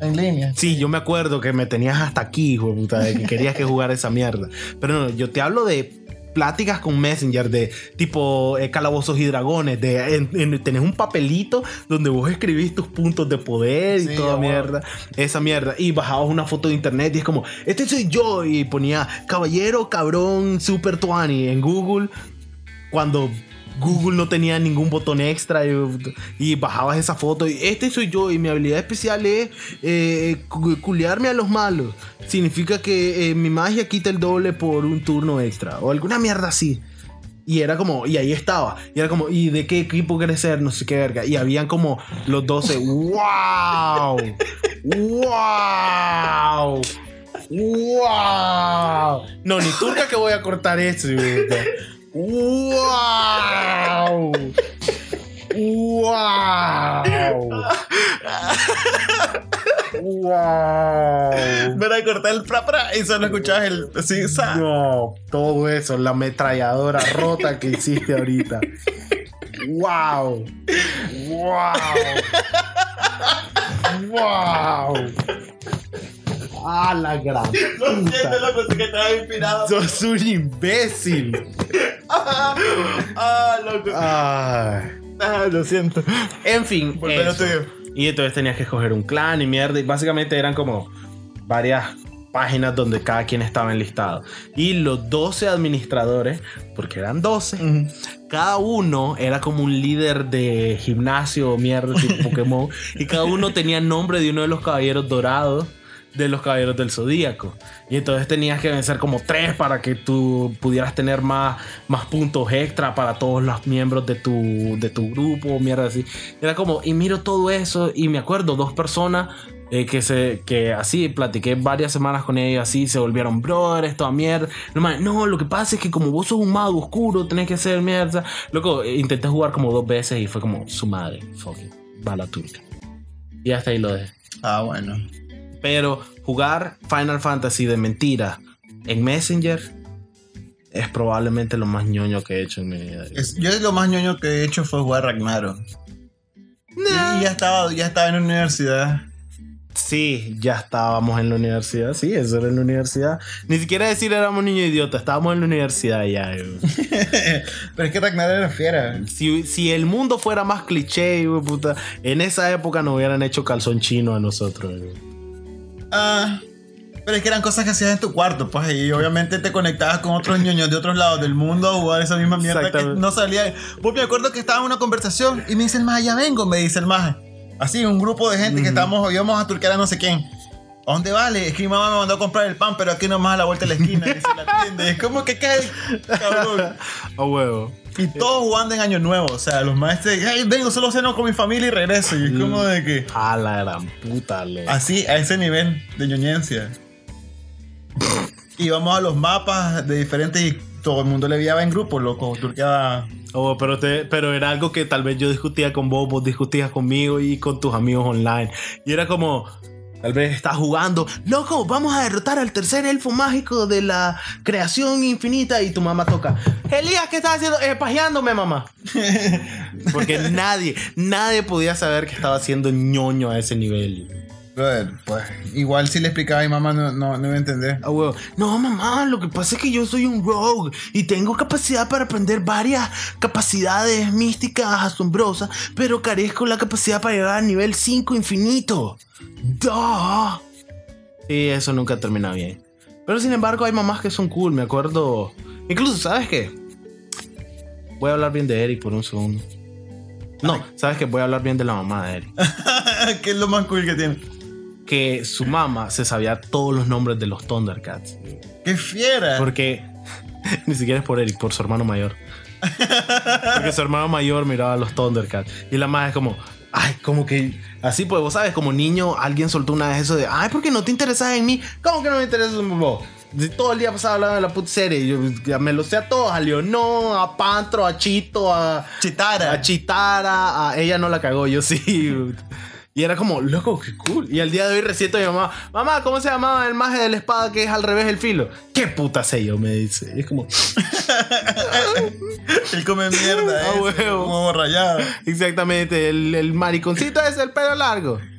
B: en línea.
D: Sí, yo me acuerdo que me tenías hasta aquí, hijo de puta, de que querías que jugara esa mierda. Pero no, yo te hablo de pláticas con Messenger de tipo eh, calabozos y dragones, de en- en- tenés un papelito donde vos escribís tus puntos de poder y
B: Sí,
D: toda
B: amor.
D: mierda, esa mierda, y bajabas una foto de internet y es como, este soy yo, y ponía caballero, cabrón, super tuani en Google, cuando Google no tenía ningún botón extra y, y bajabas esa foto y este soy yo y mi habilidad especial es eh, cu- culearme a los malos. Significa que eh, mi magia quita el doble por un turno extra o alguna mierda así. Y era como, y ahí estaba. Y era como, ¿y de qué equipo quieres ser? No sé qué verga. Y habían como los 12. ¡Wow! ¡Wow! ¡Wow! No, ni turca que voy a cortar esto. güey. ¡Wow! ¡Wow! ¡Wow!
E: Verá, cortar el pra, pra y solo escuchas el. Sí, sa.
D: No, todo eso, la ametralladora rota que hiciste ahorita. ¡Wow! ¡Wow! ¡Wow! ¡A la gran
B: Este
D: puta!
E: loco, sí que estaba inspirado.
D: ¡Sos un imbécil!
E: Ah, loco.
D: Ay.
E: Ah, lo siento.
D: En fin,
E: Volver a
D: eso.
E: tuyo.
D: y entonces tenías que escoger un clan y mierda. Y básicamente eran como varias páginas donde cada quien estaba enlistado. Y los 12 administradores, porque eran 12, cada uno era como un líder de gimnasio o mierda tipo Pokémon. y cada uno tenía nombre de uno de los caballeros dorados de los caballeros del zodíaco. Y entonces tenías que vencer como tres para que tú pudieras tener más, más puntos extra para todos los miembros de tu, de tu grupo, mierda así. Era como, y miro todo eso y me acuerdo, dos personas eh, que, se, que así platiqué varias semanas con ellos, así se volvieron brothers, toda mierda. No, man, no, lo que pasa es que como vos sos un mago oscuro, tenés que ser mierda. Loco, eh, intenté jugar como dos veces y fue como, su madre, fucking, va la turca. Y hasta ahí lo dejé.
B: Ah, bueno.
D: Pero jugar Final Fantasy de mentira en Messenger es probablemente lo más ñoño que he hecho en mi vida.
B: Es- yo lo más ñoño que he hecho fue jugar Ragnarok. Y, y ya estaba, ya estaba en la universidad.
D: Sí, ya estábamos en la universidad. Sí, eso era en la universidad. Ni siquiera decir éramos niños idiota, estábamos en la universidad ya. güey.
B: Pero es que Ragnarok era fiera.
D: Si, si el mundo fuera más cliché, güey, puta, en esa época nos hubieran hecho calzón chino a nosotros. güey.
B: Ah, pero es que eran cosas que hacías en tu cuarto, pues, y obviamente te conectabas con otros ñoños de otros lados del mundo a jugar esa misma mierda que
D: Exactamente.
B: no salía. Pues me acuerdo que estaba en una conversación y me dice el maje, ya vengo, me dice el maje. Así, un grupo de gente que estábamos, íbamos a turquear a no sé quién. ¿A dónde vale? Es que mi mamá me mandó a comprar el pan, pero aquí nomás a la vuelta de la esquina, dice la tienda. Y Es como que cae, cabrón.
D: A huevo.
B: Y todos jugando en Año Nuevo. O sea, los maestros, ay, vengo, solo ceno con mi familia y regreso. Y es como de que,
D: A la gran puta, loco.
B: así, a ese nivel de ñoñencia. Y vamos a los mapas de diferentes y todo el mundo le viaba en grupo, loco. Turquía.
D: Oh, pero, te- pero era algo que tal vez yo discutía con vos, vos discutías conmigo y con tus amigos online. Y era como, tal vez estás jugando, loco, vamos a derrotar al tercer elfo mágico de la creación infinita y tu mamá toca. Elías, ¿qué estás haciendo? Eh, pajeándome, mamá. Porque nadie, nadie podía saber que estaba haciendo ñoño a ese nivel.
B: Brother, pues igual si le explicaba a mi mamá no, no, no iba a entender.
D: Ah, huevo. No, mamá, lo que pasa es que yo soy un rogue y tengo capacidad para aprender varias capacidades místicas asombrosas, pero carezco la capacidad para llegar al nivel 5 infinito. ¡Duh! Sí, eso nunca termina bien. Pero sin embargo, hay mamás que son cool, me acuerdo. Incluso, ¿sabes qué? Voy a hablar bien de Eric por un segundo. No, ¿sabes qué? Voy a hablar bien de la mamá de Eric
B: que es lo más cool que tiene.
D: que su mamá se sabía todos los nombres de los Thundercats.
B: ¡Qué fiera!
D: Porque Ni siquiera es por Eric, por su hermano mayor. Porque su hermano mayor miraba los Thundercats. Y la madre es como, ay, como que. Así pues, vos sabes, como niño, alguien soltó una vez eso de, ay, porque no te interesas en mí.
H: ¿Cómo que no me interesa su mamá? Si todo el día pasaba hablando de la puta serie. y Yo ya me lo sé a todos. A Leonón, a Pantro, a Chito, a,
E: Chitara.
H: a Chitara. A ella no la cagó, yo sí. Y era como, loco, qué cool. Y al día de hoy reciento mi mamá, mamá, ¿cómo se llamaba el maje de la espada que es al revés el filo? ¿Qué puta sé yo? Me dice. Y es como,
E: Él come mierda.
B: eh,
H: Ah,
E: ese,
H: huevo.
E: un huevo rayado.
H: exactamente, el, el mariconcito es el pelo largo. O-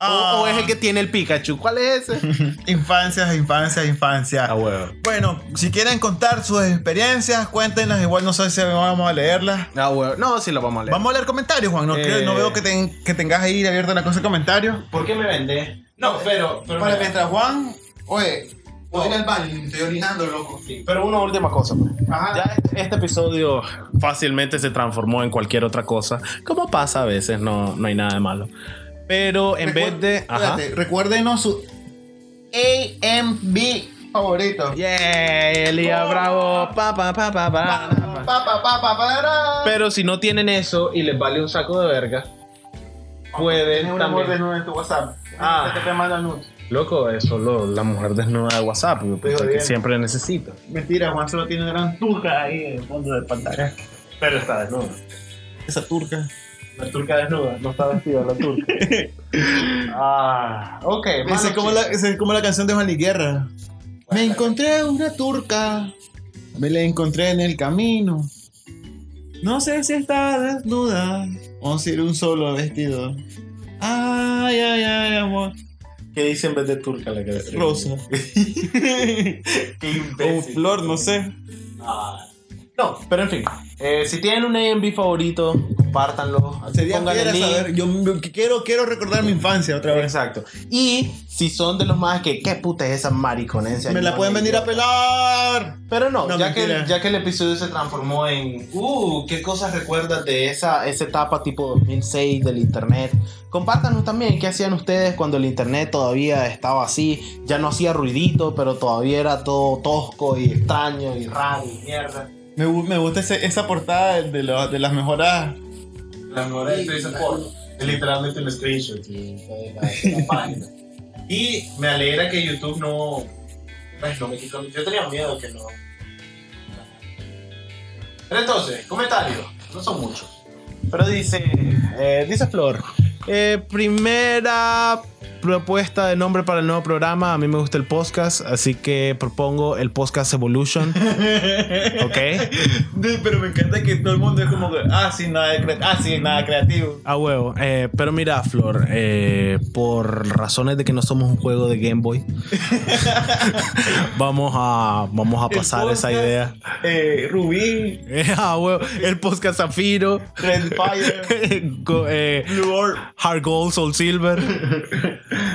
E: Ah.
H: O, es el que tiene el Pikachu. ¿Cuál es ese?
B: Ah.
E: Infancias, infancias, infancias.
H: Ah, huevo.
E: Bueno, si quieren contar sus experiencias, cuéntenlas. Igual no sé si vamos a leerlas.
H: Ah, huevo. No, sí lo vamos a leer.
E: Vamos a leer comentarios, Juan. No, creo-
H: Eh.
E: no veo que, ten- que tengas ahí abierta la cosa de comentarios.
I: ¿Por qué me vende? No, pero. pero
E: Para
I: mira,
E: mientras Juan. Oye,
I: Voy a ir al baño y me estoy orinando, loco.
D: Pero una última cosa, pues.
I: Ajá.
D: Ya este, este episodio fácilmente se transformó en cualquier otra cosa. Como pasa a veces, no, no hay nada de malo. Pero en vez de. Ajá.
E: Espérate, recuérdenos su AMB favorito.
D: Yeah, Elia, bravo. Pa, pa, pa, pa, pa, pa.
E: Pa, pa, pa, pa, para.
D: Pero si no tienen eso y les vale un saco de verga, pueden
I: un amor
D: también.
I: desnudo en tu WhatsApp. Este
D: Ah.
I: Que te manda nudes.
D: Loco, es solo la mujer desnuda de WhatsApp, puta, que
I: bien.
D: siempre necesito.
I: Mentira, Juan solo tiene gran turca ahí en el fondo del pantalla. Pero está desnuda.
E: Esa turca.
I: La turca desnuda, no está vestida la turca. ah, ok.
E: Esa es, como la, esa es como la canción de Juan Liguerra. Me encontré una turca. Me la encontré en el camino. No sé si está desnuda o si era un solo vestido. Ay, ay, ay, amor.
D: ¿Qué dice en vez de turca la que
E: Rosa.
D: Oh,
E: o flor, no sé.
D: Ah. No, pero en fin. eh, si tienen un AMB favorito, compártanlo.
E: Sería
D: Pongan el
E: fiera
D: link.
E: saber. Yo yo quiero, quiero recordar mi infancia otra vez.
D: Exacto.
H: Y si son de los más que, ¿qué puta es esa mariconencia?
E: Me la
H: No,
E: pueden
H: ni
E: venir a pelar.
H: Pero no,
E: No,
H: ya, que,
E: mentira.
H: ya que el episodio se transformó en, uh, ¿qué cosas recuerdas de esa, esa etapa tipo 2006 del Internet? Compártanos también qué hacían ustedes cuando el Internet todavía estaba así, ya no hacía ruidito, pero todavía era todo tosco y extraño y raro y mierda.
E: Me, gu- me gusta ese- esa portada de, de lo- de las mejoras.
I: Es literalmente un screenshot de la, de la página. Y me alegra que YouTube no. Pues no me quitó. Yo tenía miedo que no. Pero entonces, comentarios. No son muchos.
H: Pero dice, eh, dice Flor, eh, primera propuesta de nombre para el nuevo programa, a mí me gusta el podcast, así que propongo el podcast Evolution. ¿Ok?
E: Dude, Pero me encanta que todo el mundo es como que, ah, sí, nada, de cre- ah, sí, nada creativo.
D: A huevo. Eh, pero mira, Flor, eh, por razones de que no somos un juego de Game Boy, vamos a, vamos a pasar esa idea.
E: Eh, Rubí,
D: Ah, huevo. El podcast Zafiro,
E: Red Fire,
D: go- eh,
E: Blue Orb.
D: Hard Gold, Soul Silver.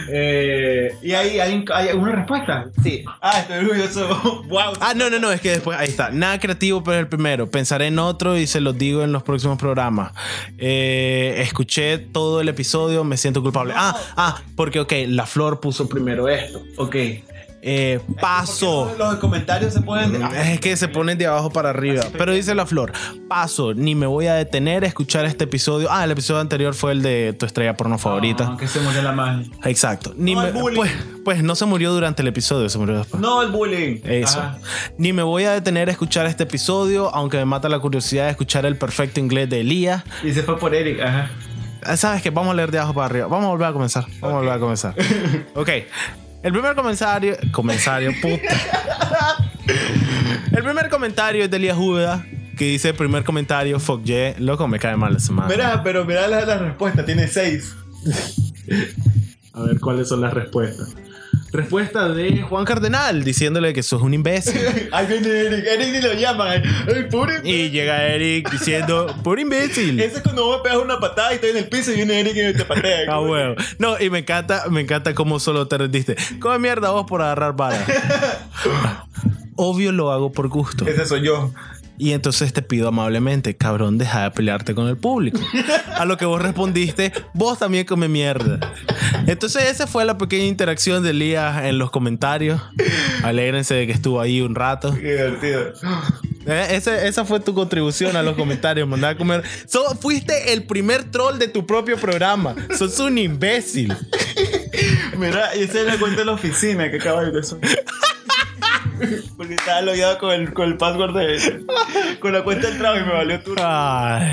E: Eh, ¿Y ahí hay, hay alguna respuesta? Sí. Ah, estoy orgulloso. wow.
D: Ah, no, no, no, es que después ahí está. Nada creativo, pero es el primero. Pensaré en otro y se los digo en los próximos programas. Eh, escuché todo el episodio, me siento culpable. Ah, ah, porque, ok, la flor puso primero esto.
E: Ok.
D: Eh, paso.
E: Los comentarios se Ah, ponen.
D: Mm, Es que se ponen de abajo para arriba. Pero dice la flor, paso, ni me voy a detener a escuchar este episodio. Ah, el episodio anterior fue el de tu estrella porno favorita.
E: que se murió la magia.
D: Exacto. Ni
E: Ah. No,
D: me-
E: el bullying.
D: pues, pues no se murió durante el episodio, se murió después.
E: No, el bullying.
D: Eso.
E: Ajá.
D: Ni me voy a detener a escuchar este episodio, aunque me mata la curiosidad de escuchar el perfecto inglés de Elías.
E: Y se fue por Eric. Ajá.
D: Ah, Sabes que vamos a leer de abajo para arriba. Vamos a volver a comenzar. Vamos a volver a comenzar. Ok. El primer comentario. Comensario, puta. El primer comentario es de Elías Júbeda, que dice: primer comentario, fuck yeah. Loco, me cae mal la semana.
E: Mira, pero mira la, la respuesta, tiene seis.
D: A ver cuáles son las respuestas. Respuesta de Juan Cardenal, diciéndole que sos un imbécil.
E: Ahí viene Eric. Eric ni lo llaman. El pobre.
D: Y llega Eric diciendo: por imbécil.
E: Ese es cuando vos me pegas una patada y estoy en el piso y viene Eric y te patea.
D: Ah, huevo. No, y me encanta, me encanta cómo solo te rendiste. Come mierda vos por agarrar vara. obvio lo hago por gusto.
E: Ese soy yo.
D: Y entonces te pido amablemente, cabrón, deja de pelearte con el público. A lo que vos respondiste, vos también come mierda. Entonces esa fue la pequeña interacción de Elías en los comentarios. Alégrense de que estuvo ahí un rato.
E: Qué divertido.
D: Eh, ese- esa fue tu contribución a los comentarios, mandá a comer. So- fuiste el primer troll de tu propio programa. Sos un imbécil.
E: Mira, esa era la cuenta de la oficina que acaba de eso. Porque estaba logueado con el, con el password de. Con la cuenta del trabajo y me valió tu.
D: Ay,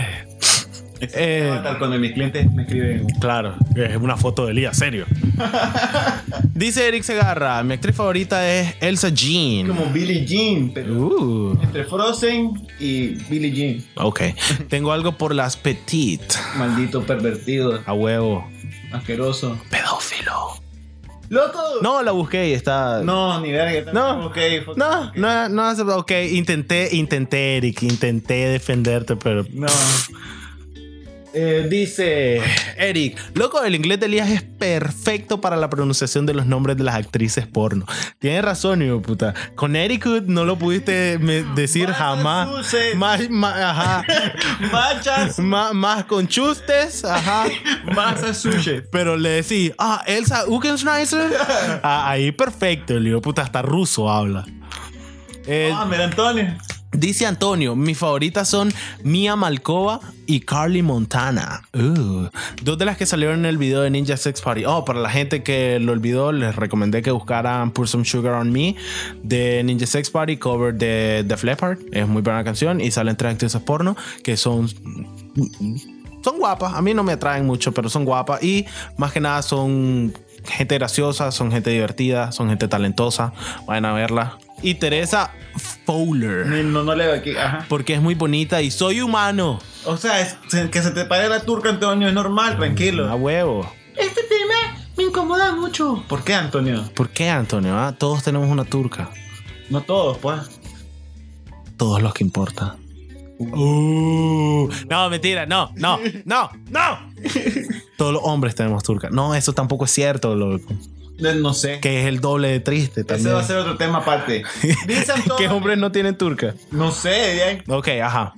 D: eh,
E: Cuando mis clientes me escriben.
D: claro.
F: Es una foto de Elías, serio.
D: Dice Eric Segarra, mi actriz favorita es Elsa Jean.
E: Como Billie Jean, pero
D: Uh,
E: entre Frozen y Billie Jean.
D: ok. Tengo algo por las Petit.
E: Maldito pervertido,
D: A huevo.
E: asqueroso.
D: Pedófilo.
E: ¡Loco!
D: No, la busqué y está...
E: No, ni verga.
D: No.
E: Ok, fue-
D: No, no, no, has- ok, intenté, intenté, Eric, intenté defenderte, pero...
E: No.
D: Eh, dice Eric, loco, el inglés de Elías es perfecto para la pronunciación de los nombres de las actrices porno. Tienes razón, hijo de puta. Con Eric no lo pudiste me- decir jamás.
E: Massachusetts.
D: Más, más, ajá.
E: Machas,
D: Más- más con chustes, ajá.
E: masa sushi.
D: Pero le decís, ah, Elsa Ukenschneiser. Ah, ahí perfecto, el hijo de puta, hasta ruso habla. Eh,
E: Ah, mira, Antonio.
D: Dice Antonio, mis favoritas son Mia Malkova y Carly Montana. Uh, dos de las que salieron en el video de Ninja Sex Party. Oh, para la gente que lo olvidó, les recomendé que buscaran Pour Some Sugar on Me de Ninja Sex Party, cover de The Leppard. Es muy buena canción y salen tres actrices porno que son. Son guapas, a mí no me atraen mucho, pero son guapas y más que nada son gente graciosa, son gente divertida, son gente talentosa. Vayan a verla. Y Teresa Fowler.
E: Ni- No, no le veo aquí. Ajá.
D: Porque es muy bonita y soy humano.
E: O sea, es- se- que se te pare la turca, Antonio, es
D: A
E: normal,
D: Ah,
E: tranquilo.
D: huevo.
E: Este tema me incomoda mucho. ¿Por qué, Antonio?
D: ¿Por qué, Antonio? ah? Todos tenemos una turca.
E: No todos, pues.
D: Todos los que importa. Uh, no, mentira, no, no, no, no. Todos los hombres tenemos turca. No, eso tampoco es cierto, loco.
E: Eh, No sé.
D: Que es el doble de triste
E: Ese
D: también.
E: va a ser otro tema aparte. Dice Antonio.
D: Que hombres no tienen turca.
E: No sé, ya.
D: Ok, ajá.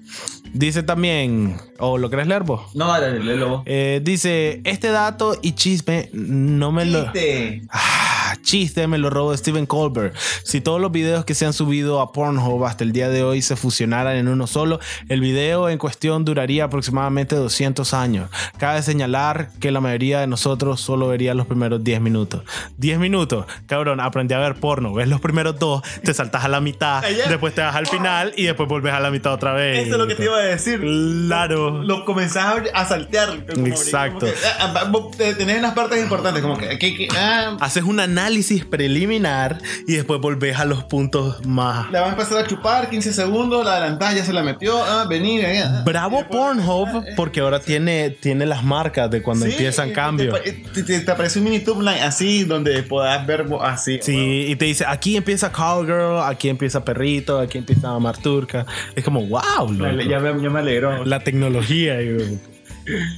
D: Dice también, o lo crees leer vos.
E: No, dale, léelo.
D: Eh, dice, este dato y chisme no me lo...
E: Viste.
D: Ah, chiste, me lo robó Steven Colbert. Si todos los videos que se han subido a Pornhub hasta el día de hoy se fusionaran en uno solo, el video en cuestión duraría aproximadamente 200 años. Cabe señalar que la mayoría de nosotros solo vería los primeros 10 minutos. 10 minutos, cabrón, aprendí a ver porno. Ves los primeros dos, te saltas a la mitad,
E: Ayer.
D: después te vas al final y después volves a la mitad otra vez.
E: Eso es lo que te iba a decir.
D: Eh, Claro.
E: Lo comenzás a saltear. como-
D: Exacto.
E: como que, ah, ah, vos te- Tenés unas partes importantes, como que. aquí, aquí, ah,
D: Haces un análisis preliminar y después volvés a los puntos más
E: la vas a empezar a chupar 15 segundos, la adelantás, ya se la metió. Ah, vení, vení. ah.
D: Bravo Pornhub porque ahora tiene, tiene las marcas de cuando
E: eh, Sí,
D: empiezan
E: y
D: cambios.
E: Te, te- te- te aparece un mini tube line así donde podás ver bo- así.
D: Sí, y te dice, aquí empieza Cowgirl, aquí empieza Perrito, aquí empieza Mamar Turca. Es como, wow,
E: Bueno,
D: loco.
E: ya me, ya me alegró.
D: la tecnología. digo.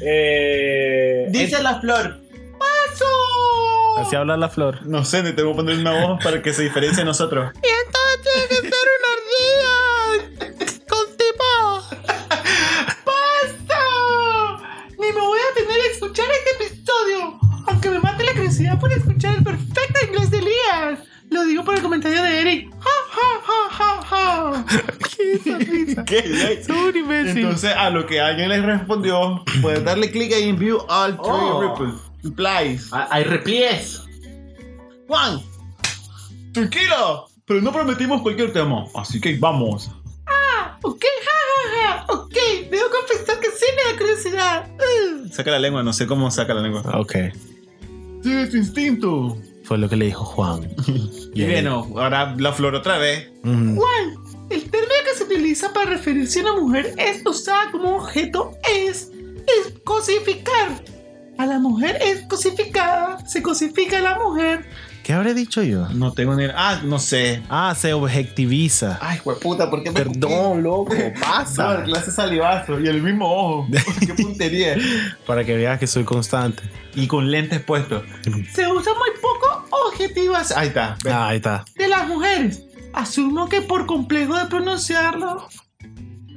D: Eh,
E: Dice la flor.
D: así habla la flor.
E: No sé, te tengo que poner una voz para que se diferencie de nosotros.
D: Y entonces tiene que ser una ardilla con tipo...
J: Ni me voy a tener que escuchar este episodio. Aunque me mate la curiosidad por escuchar el perfecto inglés de Elías. Lo digo por el comentario de Eric. Ja, ja, ja, ja, ja.
D: Un imbécil.
E: Entonces, a lo que alguien les respondió, puedes darle clic ahí en View All Three
K: Oh.
E: Replies. Replies.
K: Hay replies.
E: Juan, tranquilo, pero no prometimos cualquier tema, así que vamos.
J: Ok, ja, ja, ja. Ok, debo confesar que sí me da curiosidad. Uh.
E: Eh, Saca la lengua, no sé cómo saca la lengua.
D: Ok,
E: Sigue tu instinto.
D: fue lo que le dijo Juan.
E: Y bueno, ahora la flor otra vez.
D: Mm,
J: Juan, el término que se utiliza para referirse a una mujer es usada como objeto es, es cosificar. A la mujer es cosificada, se cosifica a la mujer.
D: ¿Qué habré dicho yo?
E: No tengo ni Ah, no sé.
D: Ah, se objetiviza.
E: Ay, puta, ¿por qué me
D: Perdón, loco,
E: Pasa.
D: pasa.
E: clase salivazo y el mismo ojo. qué puntería.
D: Para que veas que soy constante.
E: Y con lentes puestos.
J: Se usa muy poco objetivas
E: Ahí está.
D: Ah, ahí está.
J: de las mujeres. Asumo que por complejo de pronunciarlo.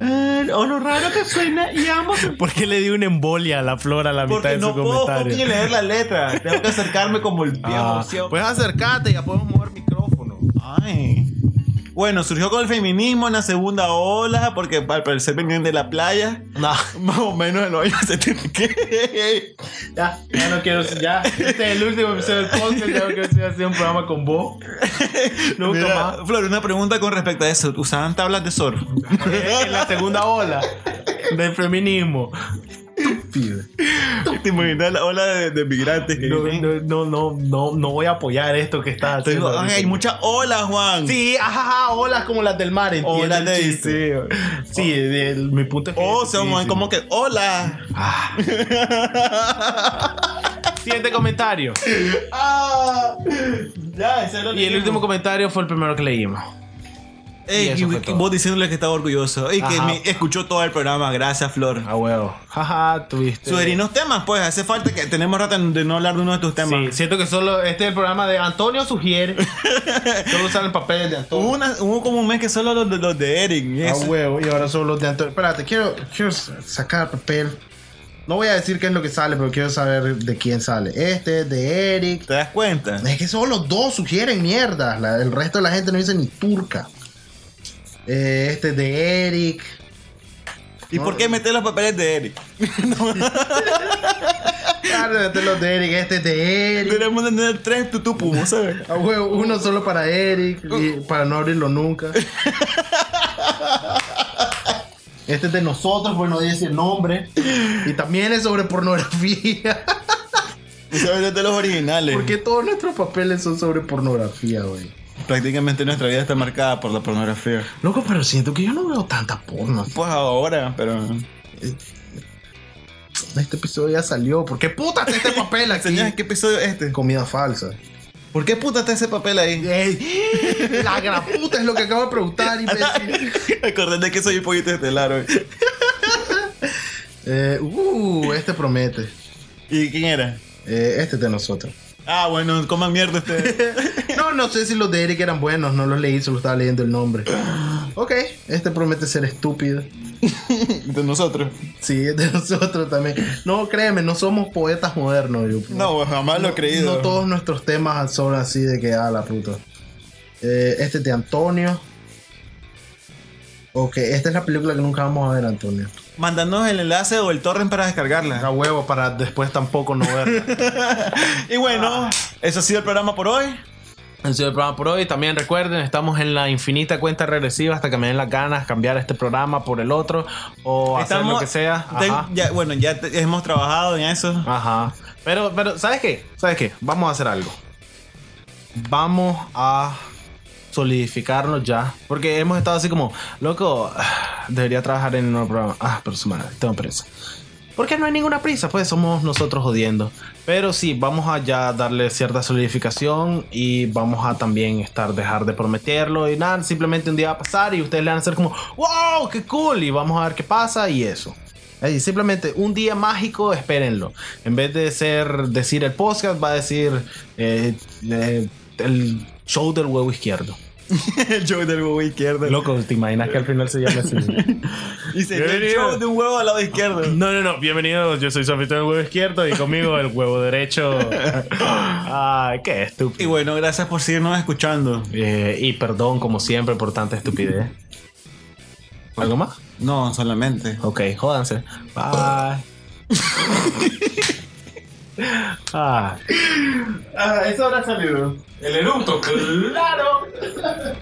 J: eh, o lo raro que suena y ambos
F: ¿Por qué le di una embolia a la flor a la mitad
E: Porque
F: de su
E: no puedo fucking
F: comentario?
E: leer la letra. Tengo que acercarme como el viejo.
F: Ah,
E: siempre.
B: Puedes acercarte, Pues ya podemos mover micrófono.
E: Ay. Bueno, surgió con el feminismo en la segunda ola, porque al parecer venían de la playa. Más o menos en los años 70. ¿Qué?
K: Ya, ya no quiero. Ya. Este es el último episodio del podcast. Ya no quiero seguir haciendo un programa con vos. Nunca
E: Mira,
K: más.
E: Flor, una pregunta con respecto a eso. ¿Usaban tablas de surf?
D: Eh,
F: En la segunda ola del feminismo.
E: ¿Te imaginas la ola de, de migrantes que
F: No,
E: vienen?
F: no, no, no, no, no voy a apoyar esto que está
E: Te digo,
F: haciendo.
E: ay, hay muchas olas, Juan.
D: Sí, ajaja, olas como las del mar,
E: Olas
D: ¿entiendes?
E: de Oh.
D: Sí,
E: dice.
F: Sí, sí, de- de- mi punto es que.
E: O sea,
F: sí,
E: Juan,
F: sí.
E: como que, hola.
F: Siguiente comentario.
E: Ah. Ya, ese era
F: Y el último comentario fue el primero que leímos. Y
E: Ey,
F: eso
E: y-
F: fue
E: y
F: todo.
E: vos diciéndole que estaba orgulloso. Ey, que
F: Ajá.
E: me escuchó todo el programa. Gracias, Flor.
F: A huevo. Jaja, tuviste.
E: Sugerirnos temas, pues. Hace falta que tenemos rato de no hablar de uno de tus temas.
F: Sí, siento que solo este es el programa de Antonio sugiere. solo usan el papel de Antonio.
E: Hubo, una- hubo como un mes que solo los, de- los de Eric. y
F: Ah,
D: A
E: eso.
D: huevo, y ahora son los de Antonio. Espérate, quiero, quiero sacar papel. No voy a decir qué es lo que sale, pero quiero saber de quién sale. Este, de Eric.
E: ¿Te das cuenta?
D: Es que solo los dos sugieren mierdas. la- el resto de la gente no dice ni turca. Eh, este de Eric.
E: ¿Y por qué meter los papeles de Eric?
D: Claro, este es los de Eric. Este de Eric.
E: Tenemos que tener tres tutupus, ¿no ¿sabes?
D: A huevo, uno solo para Eric. y para no abrirlo nunca. Este es de nosotros, pues no dice el nombre. Y también es sobre pornografía.
E: Y sabes de los originales.
D: Porque todos nuestros papeles son sobre pornografía, güey.
E: Prácticamente nuestra vida está marcada por la pornografía.
D: Loco, pero siento que yo no veo tanta porno.
E: Pues ahora, pero.
D: Este episodio ya salió. ¿Por qué puta está este papel aquí?
E: Señores, ¿qué episodio es este?
D: Comida falsa.
E: ¿Por qué puta está ese papel ahí?
F: Eh,
D: Ey, la gran puta es lo que acabo de preguntar, imbécil.
E: Acordate que soy el pollito estelar hoy.
D: Eh, uh, este promete.
E: ¿Y quién era?
D: Eh, este es de nosotros.
E: Ah, bueno, coman mierda este. ustedes.
D: No, no sé si los de Eric eran buenos, no los leí, solo estaba leyendo el nombre. Ok, este promete ser estúpido.
E: De nosotros.
D: Sí, es de nosotros también. No, créeme, no somos poetas modernos. Yo,
E: No, jamás lo he creído.
D: No todos nuestros temas son así de que, ah, la puta. Eh, este es de Antonio. Ok, esta es la película que nunca vamos a ver, Antonio.
E: Mándanos el enlace o el torrent para descargarla.
D: huevo para después tampoco no ver.
E: Y bueno, eso ha sido el programa por hoy.
F: Han sido el programa por hoy. También recuerden, estamos en la infinita cuenta regresiva hasta que me den las ganas cambiar este programa por el otro o hacer lo que sea.
E: Ten-
F: Ajá.
E: ya, bueno, ya te- hemos trabajado en eso.
F: Ajá. Pero, pero, ¿sabes qué? ¿Sabes qué? Vamos a hacer algo. Vamos a solidificarnos ya. Porque hemos estado así como, loco, ah, debería trabajar en un nuevo programa. Ah, pero su madre, tengo prisa. Porque no hay ninguna prisa, pues somos nosotros jodiendo. Pero sí, vamos a ya darle cierta solidificación y vamos a también estar, dejar de prometerlo y nada, simplemente un día va a pasar y ustedes le van a hacer como, wow, qué cool y vamos a ver qué pasa y eso. Ahí, simplemente un día mágico, espérenlo. En vez de ser decir el podcast, va a decir eh, eh, el show del huevo izquierdo.
E: el show del huevo izquierdo.
F: Loco, ¿te imaginas que al final se llama así?
E: Y se el
F: Bienvenido.
E: show de un huevo al lado izquierdo.
F: No, no, no. Bienvenidos. Yo soy Sofito del huevo izquierdo y conmigo el huevo derecho. Ay, qué
E: Y
F: estúpido.
E: bueno, gracias por seguirnos escuchando.
F: Eh, y perdón, como siempre, por tanta estupidez. ¿Algo más?
E: No, solamente.
F: Ok, jódanse. Bye. ah.
K: Ah, eso habrá salido. El eructo, claro.